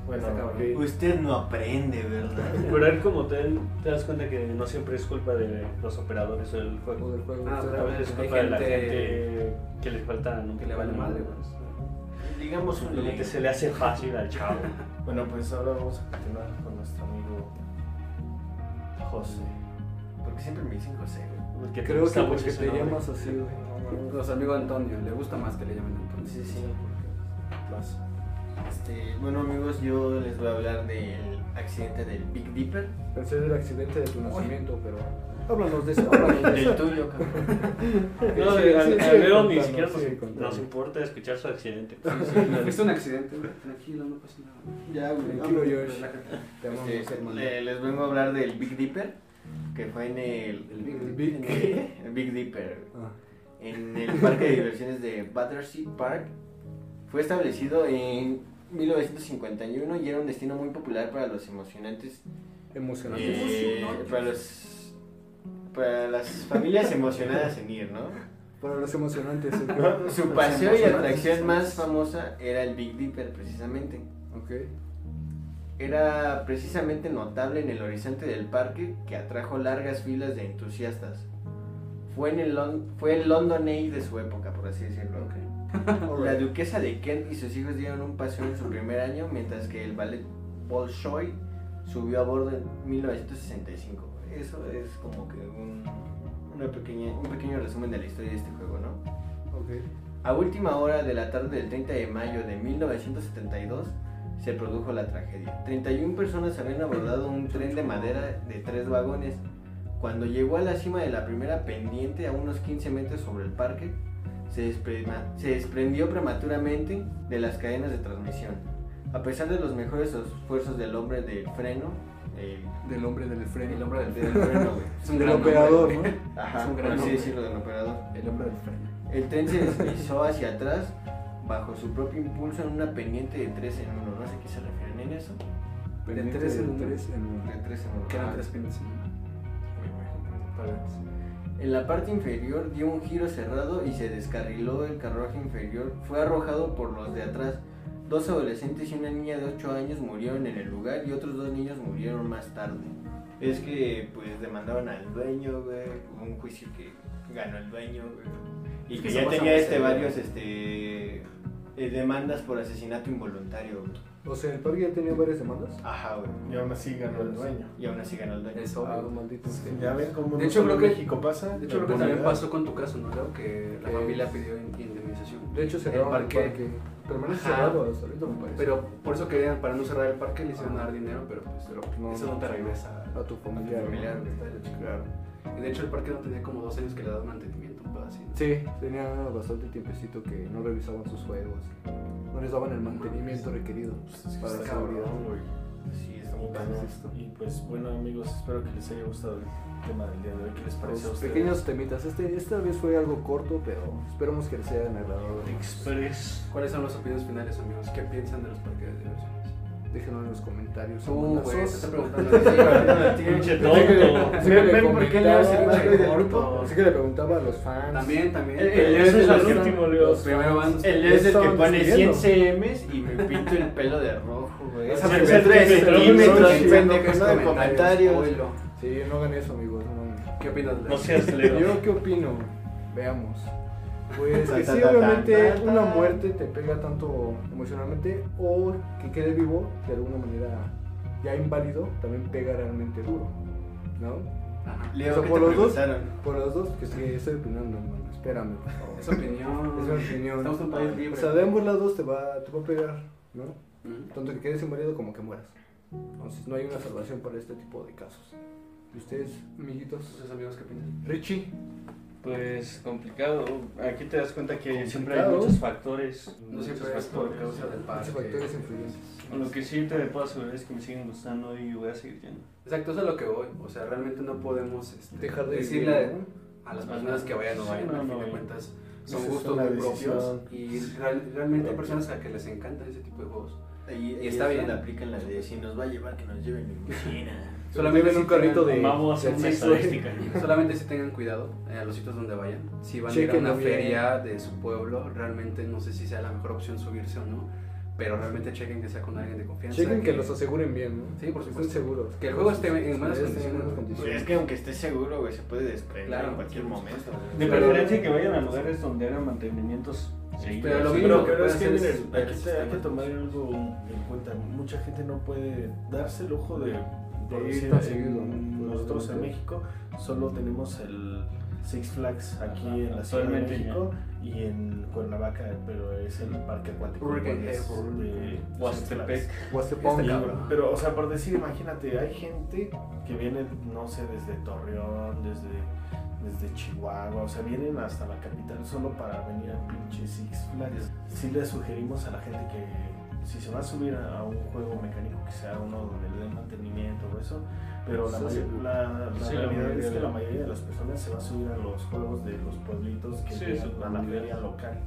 S6: Bueno,
S1: Está cabrón.
S6: ok.
S4: Usted no aprende, ¿verdad?
S5: Pero él como tal, te das cuenta que no siempre es culpa de los operadores o del
S2: O
S5: juego.
S2: del juego.
S1: Ah,
S5: A
S1: otra
S5: veces es
S1: Hay
S5: culpa de la
S1: gente-
S5: gente que le falta... ¿no?
S1: Que le vale madre, güey.
S4: Digamos un
S5: Simplemente
S4: link.
S5: se le hace fácil al chavo.
S6: Bueno, pues ahora vamos a continuar con nuestro amigo José.
S4: Porque siempre me dicen José, güey.
S5: Porque te
S2: Creo
S5: gusta
S2: que
S5: mucho
S2: porque
S5: ese
S2: te
S5: nombre.
S2: llamas así, güey.
S1: Los amigos Antonio, le gusta más que le llamen Antonio.
S4: Sí, sí.
S6: Más.
S4: Este, bueno, amigos, yo les voy a hablar del accidente del Big Dipper.
S2: Pensé del accidente de tu nacimiento, pero. Háblanos
S4: Pues,
S2: de eso, háblanos de
S4: Del
S2: eso.
S4: tuyo, cabrón.
S5: No,
S2: Sí,
S5: al-
S2: sí,
S5: al
S2: sí,
S5: Leo ni
S2: contanos,
S5: siquiera
S2: sí,
S5: nos,
S2: contanos.
S5: nos importa escuchar su accidente.
S1: Fuiste un accidente, güey. Tranquilo, no pasa nada.
S4: Ya,
S2: Tranquilo, Josh.
S1: Relájate.
S2: Te amamos,
S4: Este,
S2: hermano.
S4: le- les vengo a hablar del Big Dipper, que fue en el...
S1: El Big
S2: Big-
S4: en el- el Big Dipper.
S2: Ah,
S4: En en el parque de diversiones de Battersea Park. Fue establecido en 1951 y era un destino muy popular para los emocionantes
S2: Emocionante.
S4: eh, para los para las familias emocionadas en ir, ¿no?
S2: Para los emocionantes. sí.
S4: Su paseo y atracción más famosa era el Big Dipper, precisamente.
S2: ok.
S4: Era precisamente notable en el horizonte del parque que atrajo largas filas de entusiastas. Fue, en el, Lon- fue el London Eye de su época, por así decirlo. La
S2: Alright.
S4: duquesa de Kent y sus hijos dieron un paseo en su primer año, mientras que el ballet Bolshoi subió a bordo en 1965. Eso es como que un, una pequeña, un pequeño resumen de la historia de este juego, ¿no?
S2: Ok.
S4: A última hora de la tarde del 30 de mayo de 1972 se produjo la tragedia. 31 personas habían abordado un tren de madera de tres vagones. Cuando llegó a la cima de la primera pendiente a unos 15 metros sobre el parque, se, desprema- se desprendió prematuramente de las cadenas de transmisión. A pesar de los mejores esfuerzos del hombre del freno, el,
S2: Del hombre del freno.
S1: El hombre del
S4: del
S1: freno.
S4: freno, güey.
S1: Es
S2: Del operador,
S1: nombre, güey.
S2: ¿no?
S4: Ajá,
S1: Es un
S4: por
S1: gran
S4: así
S1: hombre.
S4: decirlo del operador.
S1: El hombre del freno.
S4: El tren se deslizó hacia atrás bajo su propio impulso en una pendiente de 3 en 1. No sé a qué se refieren en eso.
S2: Pendiente
S1: tres en
S2: de
S1: uno. Ah.
S2: tres en uno.
S4: De 3 en 1.
S1: Que eran tres pines.
S4: En la parte inferior dio un giro cerrado y se descarriló el carruaje inferior. Fue arrojado por los de atrás. Dos adolescentes y una niña de 8 años murieron en el lugar y otros dos niños murieron más tarde. Es que pues demandaron al dueño, güey. Hubo un juicio que ganó el dueño, güey. Y
S1: Es
S4: que
S1: que
S4: ya
S1: eso pasa
S4: tenía este
S1: mucho, güey.
S4: varios este eh, demandas por asesinato involuntario, güey.
S2: O sea, el parque ya tenía varias demandas.
S4: Ajá, güey.
S6: Y aún así ganó el dueño.
S4: Y aún así ganó el dueño.
S1: Es
S2: Ah,
S1: obvio.
S2: maldito.
S6: Ya ven cómo
S1: De
S6: no
S1: hecho,
S6: solo
S1: creo que-
S6: México pasa.
S1: De hecho, creo que
S6: la
S1: también
S6: humanidad.
S1: pasó con tu caso, ¿no? Creo que la
S2: Eh,
S1: familia pidió in- indemnización.
S2: De hecho,
S1: el
S2: cerraron
S1: parque.
S2: el parque. Permanece
S1: Ajá.
S2: cerrado hasta ahorita, me parece.
S1: Pero por eso querían, para no cerrar el parque, le hicieron dar dinero, pero pues pero
S2: Ah. No,
S1: eso no te regresa a
S2: A tu
S1: tu
S2: familia.
S1: familiar, güey, está de la chingada. Y de hecho, el parque no tenía como dos años que le daban mantenimiento, un pedo así. ¿no?
S2: Sí, tenía bastante tiempecito que no revisaban sus juegos. No les daban el mantenimiento requerido
S6: Pues,
S2: para la
S1: está
S2: seguridad.
S1: cabrón,
S4: Sí, está muy
S6: Y
S4: cabrón.
S6: pues- Y pues bueno amigos, espero que les haya gustado el tema del día de hoy. ¿Qué les pareció a
S2: Los
S6: ustedes?
S2: pequeños temitas. Este, esta vez fue algo corto, pero esperamos que les hayan agradado.
S5: Express.
S1: ¿Cuáles son los opiniones finales, amigos? ¿Qué piensan de los parques de diversiones?
S2: Déjenlo en los comentarios.
S1: Tú, Uh, güey, te está
S4: Pero,
S1: preguntando.
S4: tío,
S5: Pinche
S2: Pensé que le-
S5: tonto.
S2: pensé que le
S4: Ven, ¿por qué le haces el
S2: comentaba-
S4: baile del grupo?
S2: Pensé que le preguntaba a los fans.
S1: También, también.
S4: El-
S1: pero-
S4: el-
S5: Ese es
S4: Los-
S5: el último, Leo.
S2: los-
S1: Primero van.
S4: El es el que
S2: Estaban
S4: pone 100
S2: despidiendo.
S4: CMs y me pinto el pelo de rojo, güey.
S1: Esa
S4: Esa
S1: me
S4: me
S1: sale
S5: tres
S4: centímetros,
S5: centímetros,
S4: pendejo, no de comentarios.
S1: oílo.
S2: Sí, no gané eso, amigos. no mames.
S1: ¿Qué opinas de
S5: No
S1: eso?
S5: seas Leo.
S2: ¿Yo qué opino? Veamos. Pues que
S4: Ta, ta,
S2: sí,
S4: ta, ta,
S2: obviamente,
S4: ta, ta.
S2: una muerte te pega tanto emocionalmente o que quede vivo de alguna manera ya inválido también pega realmente duro, ¿no?
S1: Ajá.
S4: Leo,
S2: Eso
S4: ¿qué
S2: por
S4: te
S2: los dos.
S4: preguntaron?
S2: Por los dos, que sí, estoy opinando, hermano. Espérame, por favor.
S1: Es opinión.
S2: Es mi opinión.
S1: Estamos en un país libre.
S2: O sea, de ambos lados te va, te va a pegar, ¿no?
S1: Ujú.
S2: Tanto que quedes inválido como que mueras. Entonces, no hay una salvación para este tipo de casos. ¿Y ustedes, amiguitos?
S1: Entonces, amigos, ¿qué opinan?
S2: Richie.
S5: Pues complicado. Aquí te das cuenta que siempre hay
S2: Complicado.
S5: muchos factores.
S1: No
S5: muchos
S1: siempre es por
S5: factores.
S1: causa del parque.
S2: Muchos factores influyentes.
S5: Lo que sí te puedo asegurar es que me siguen gustando y voy a seguir yendo.
S1: Exacto, eso es a lo que voy. O sea, realmente no podemos este,
S2: Dejar de
S1: decirle
S2: vivir, ¿no?
S1: a, a las personas que vayan o
S5: Sí,
S1: vayan.
S5: no,
S1: a fin
S5: no
S1: de
S5: vayan.
S1: cuentas,
S6: Esa
S1: son
S6: es
S1: gustos
S6: una
S1: muy propios.
S6: decisión.
S1: Y real- realmente hay personas a que les encantan ese tipo de juegos.
S4: Ahí- ahí
S1: Y está
S4: es
S1: bien.
S4: donde aplican la de si nos va a llevar, que nos lleven en limusina.
S1: Solamente
S2: lleven un
S1: si
S2: carrito
S1: tengan-
S2: de-
S5: Vamos a hacer una
S2: sí,
S5: estadística.
S1: Solamente si tengan cuidado eh, a los sitios donde vayan. Si van a ir a
S2: Chéquenlo
S1: una
S2: bien.
S1: feria de su pueblo, realmente no sé si sea la mejor opción subirse o no. Pero realmente chequen que sea con alguien de confianza.
S2: Chequen que los aseguren bien, ¿no?
S1: Sí, por
S2: Estén
S1: supuesto.
S2: seguros.
S1: Que el juego esté en buenas
S2: Sí, esté
S1: condiciones. Pues
S2: buenas
S4: Pero Pues es que aunque estés seguro, güey, se puede desprender
S1: Claro.
S4: en cualquier momento.
S5: De
S4: güey.
S1: Pero-
S5: preferencia que vayan a lugares donde hagan mantenimientos seguidos.
S1: Pero lo
S5: Sí,
S1: mínimo
S6: Pero,
S1: que
S6: pero
S1: puede
S6: es que
S1: hacer es
S6: miren,
S1: ver
S6: aquí
S1: el
S6: te- hay
S1: sistema.
S6: que tomar algo en cuenta. Mucha gente no puede darse el lujo de, de
S2: Sí,
S6: ir.
S2: tan
S6: en-
S2: seguido, ¿no?
S6: nosotros en
S2: Probablemente.
S6: México solo tenemos el Six Flags aquí
S5: Ajá,
S6: en la Ciudad de
S5: actualmente ya.
S6: México y en Cuernavaca, pero es el parque acuático.
S1: Hurricane
S6: igual es
S1: Harbor.
S6: de Six Flags.
S5: eh, Huastepec.
S2: Guastepón.
S1: Este
S6: Y-
S1: cabrón.
S6: Pero, o sea, por decir, imagínate, hay gente que viene, no sé, desde Torreón, desde, desde Chihuahua, o sea, vienen hasta la capital solo para venir a pinche Six Flags. Sí le sugerimos a la gente que si se va a subir a, a un juego mecánico que sea uno donde le den mantenimiento o eso, pero la,
S2: Sí.
S6: mayor- la- la
S5: Sí, la
S6: realidad
S5: mayoría
S6: es que
S5: de-
S6: la mayoría de las personas se va a subir a los juegos de los pueblitos que
S5: Sí,
S6: llegan
S5: sí,
S6: a la
S5: sí.
S6: feria local.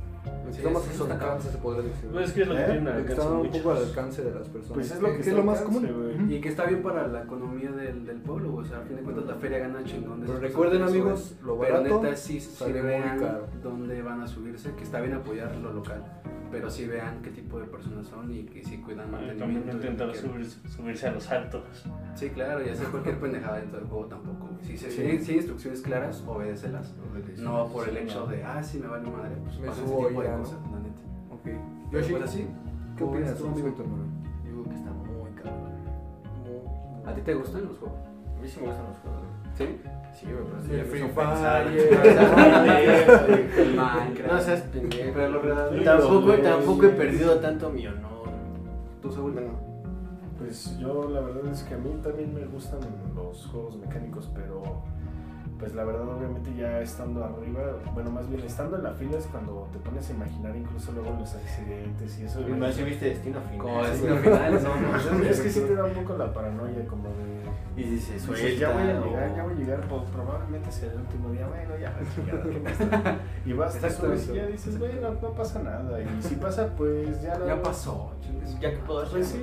S2: Estamos a su alcance, se podría decir.
S5: Pues es que es lo que
S6: ¿Eh?
S5: tiene un
S2: Lo que
S5: alcance
S2: está un
S5: mucho.
S2: poco al alcance de las personas.
S6: Pues es lo que
S2: es
S6: está
S2: lo
S6: al
S2: más
S6: alcance,
S2: común.
S6: güey.
S2: Ujú.
S1: Y que está bien para la economía del, del pueblo, güey. O sea, a fin de cuentas la feria gana chingón. de esas
S2: Pero
S1: cosas
S2: Pues recuerden,
S1: que suben.
S2: amigos, lo
S1: Pero
S2: barato
S1: neta, sí, sí
S2: sale muy
S1: vean
S2: caro.
S1: dónde van a subirse, que está bien apoyar lo local, pero sí vean qué tipo de personas son y que si cuidan
S5: Ah,
S1: mantenimiento.
S5: También no
S1: y lo
S5: intentar
S1: que quieran.
S5: subirse, subirse a los altos.
S1: Sí, claro, y hacer cualquier pendejada dentro del juego tampoco. güey. Si, se-
S2: Sí.
S1: si hay, si hay instrucciones claras, obedécelas. No por el
S5: Sí,
S1: hecho
S5: no.
S1: de, ah, sí, me vale madre, pues
S2: Me
S1: pasa
S2: subo
S1: ese tipo
S2: y ya,
S1: de
S2: ¿no?
S1: cosas, la neta.
S2: Ok.
S1: Pero
S2: Yoshi,
S1: pues así,
S2: ¿qué
S1: ¿cómo
S2: opinas
S1: ves
S2: tú
S1: tú,
S2: al
S1: amigo?
S2: respecto, Manuel?
S4: Digo que está muy cabrón.
S1: ¿A ti te gustan los juegos?
S4: A mí sí me gustan los juegos. güey.
S1: ¿Sí?
S4: Sí, güey, pero
S2: El
S4: sí.
S2: Free
S1: El
S4: No
S1: Minecraft.
S4: seas pendejo.
S1: Pero lo real-
S4: Tampoco,
S6: Sí,
S4: tampoco he
S6: sí.
S4: perdido tanto mi honor.
S1: ¿Tú, Saúl?
S6: Pues yo la verdad es que a mí también me gustan los juegos mecánicos, pero pues la verdad obviamente ya estando arriba, bueno más bien estando en la fila es cuando te pones a imaginar incluso luego los accidentes y eso.
S4: Y más si viste Destino
S1: Como
S4: Final.
S1: destino final, no
S6: Pues,
S1: mames.
S6: es- es que sí te da un poco la paranoia como de...
S4: Y dices,
S6: dices, Pues ya voy a
S4: "Suelta",
S6: llegar,
S4: o-
S6: ya voy a llegar, pues probablemente sea el último día, bueno, ya voy a llegar, ¿qué más da? Y vas, te
S2: Exacto,
S6: subes y ya dices, bueno, no pasa nada, y si pasa, pues ya...
S1: Ya
S6: no-
S1: pasó, chingues.
S4: Ya que puedo hacer.
S6: Pues sí.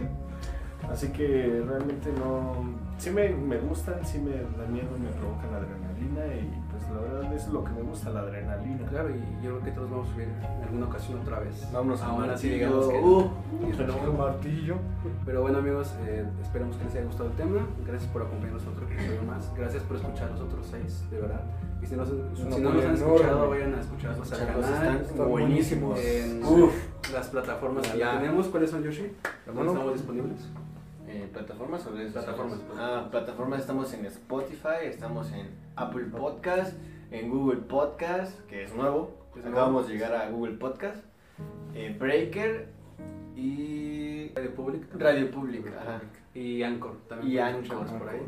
S6: Así que realmente no. Sí me, me gustan, sí me dan miedo, me provocan adrenalina y pues la verdad es lo que me gusta, la adrenalina.
S1: Claro, y yo creo que todos vamos a subir en alguna ocasión otra vez.
S4: Vámonos a
S1: Aún
S4: un
S1: así,
S4: martillo.
S1: digamos que.
S4: Uh,
S1: y esperamos-
S2: martillo.
S1: Pero bueno, amigos, eh, esperamos que les haya gustado el tema. Gracias por acompañarnos a otro episodio más. Gracias por escuchar los otros seis, de verdad. Y si no, se-
S2: Es
S1: si
S2: una
S1: no los han
S2: enorme.
S1: escuchado, vayan a escucharlos al
S4: Escucharlos,
S1: canal.
S4: están
S2: Están buenísimos.
S4: buenísimos.
S1: En
S4: Uf.
S1: las plataformas que ya
S4: Ojalá.
S1: tenemos, ¿cuáles son, Yoshi? ¿Dónde
S2: Hermano.
S1: estamos disponibles?
S4: Eh, ¿Plataformas o redes sociales?
S1: Plataformas.
S4: Ah, plataformas estamos en Spotify, estamos en Apple Podcast, en Google Podcast, que es nuevo, pues
S1: Nuevo.
S4: acabamos de llegar a Google Podcast, eh, Breaker y
S1: Radio Public.
S4: Radio Pública. ajá.
S1: Y Anchor también.
S4: Y
S1: pueden
S4: Anchor.
S1: escucharnos por ahí.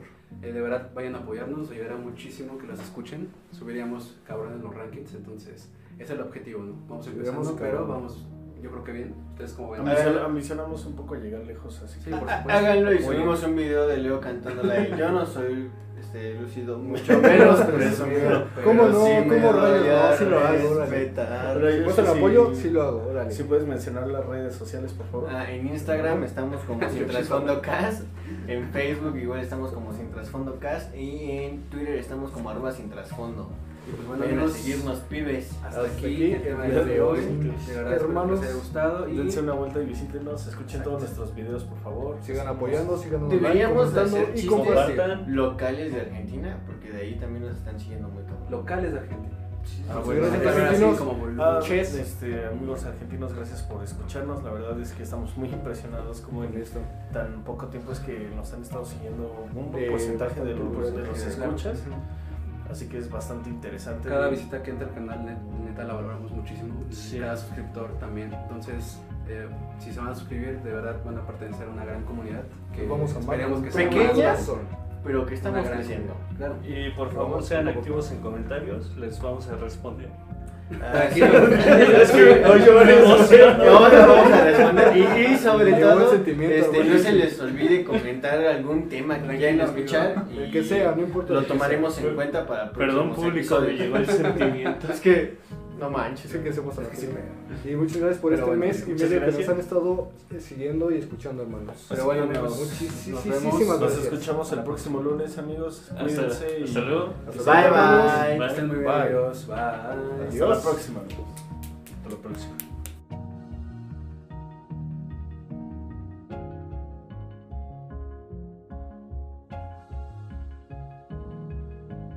S1: Eh, de verdad, vayan a apoyarnos, nos ayudará muchísimo que las escuchen. Subiríamos cabrón en los rankings, entonces ese es el objetivo, ¿no? Vamos
S2: Subiríamos
S1: empezando, pero
S2: cabrón.
S1: vamos, yo creo que bien. Ustedes como ven.
S6: Ambicio- Ambicionamos un poco a llegar lejos, así
S1: Sí,
S6: que.
S1: por supuesto.
S4: Háganlo y
S2: Oye.
S4: subimos un video de Leo cantándola ahí. Yo no soy este, lúcido, mucho menos presumido.
S2: ¿Cómo
S4: pero
S2: no?
S4: sí me
S2: ¿Cómo
S4: doy
S2: rayos?
S4: a
S2: No, sí lo hago, órale.
S4: respetar.
S6: Pero
S2: Si
S6: yo
S2: puedo el
S6: sí-
S2: apoyo, sí lo hago, órale.
S6: Si puedes mencionar las redes sociales, por favor.
S4: Ah, en Instagram estamos como Sin Trasfondo Cast, en Facebook igual estamos como Sin Trasfondo Cast y en Twitter estamos como arroba Sin Trasfondo.
S1: Y pues bueno,
S4: Vayan a
S1: amigos,
S4: seguirnos, pibes.
S1: Hasta,
S2: Hasta
S1: aquí,
S2: aquí
S1: el tema
S2: el
S1: del
S2: video
S1: de hoy.
S2: de
S5: hoy.
S1: De verdad,
S2: Hermanos,
S1: espero que les haya gustado. Y
S6: Dense una vuelta y visítenos, escuchen todos nuestros videos, por favor.
S2: Sigan apoyando, sigan dando
S4: Deberíamos
S2: like,
S4: de hacer
S2: comentando y
S4: chistes
S2: compartiendo.
S5: Compartan.
S4: locales de Argentina, porque de ahí también nos están siguiendo muy cabrón.
S1: locales de Argentina.
S2: Ah,
S1: Bueno,
S2: gracias,
S1: ahora sí,
S2: argentinos.
S1: como boludo.
S6: Ah, este, amigos argentinos, gracias por escucharnos. La verdad es que estamos muy impresionados como en
S2: Con esto.
S6: tan poco tiempo es que nos han estado siguiendo un
S2: De-
S6: porcentaje de los, de los
S2: de-
S6: escuchas,
S1: Claro.
S6: así que es bastante interesante.
S1: Cada visita que entra al canal, ne- neta, la valoramos muchísimo.
S5: Sí.
S1: Cada suscriptor también. Entonces, eh, si se van a suscribir, de verdad van a pertenecer a una gran comunidad. Que
S2: Vamos a amar.
S1: esperemos que sea
S4: Pequeñas,
S1: más-
S4: Pero que estamos
S1: Una gran
S4: creciendo.
S1: comunidad, Claro.
S5: Y por favor, sean activos en comentarios, les vamos a responder.
S4: Ah,
S1: Es que-
S5: Oye, bueno, o sea,
S4: No, no vamos a responder. Y, y sobre
S2: Me llegó el
S4: todo,
S2: sentimiento,
S4: este,
S2: güey.
S4: no se les olvide comentar algún tema que quieran
S1: Tranquilo,
S4: escuchar. y
S2: El que sea, no importa el
S4: Lo
S2: que
S4: tomaremos
S5: sea.
S4: en cuenta para
S5: Perdón
S4: próximos
S5: público, me
S4: episodios.
S5: llegó el sentimiento.
S4: Es que, no manches.
S2: Dicen que somos
S4: Es que sí,
S2: argentinos. Y muchas gracias por
S1: Pero
S2: este
S1: bueno,
S2: mes y
S5: muchas
S2: medio que
S5: gracias.
S2: nos han estado eh, siguiendo y escuchando, hermanos.
S1: Pero bueno,
S6: Así que
S1: amigos,
S6: nos-
S1: nos
S2: muchísimas
S1: vemos.
S6: Nos
S2: gracias.
S6: escuchamos el próximo lunes, amigos.
S5: Hasta,
S6: Cuídense y
S5: hasta luego.
S2: Hasta
S4: Bye,
S2: luego, hermanos.
S4: bye.
S1: Que Estén muy bien,
S2: Bye.
S1: amigos. Bye.
S6: hasta la próxima.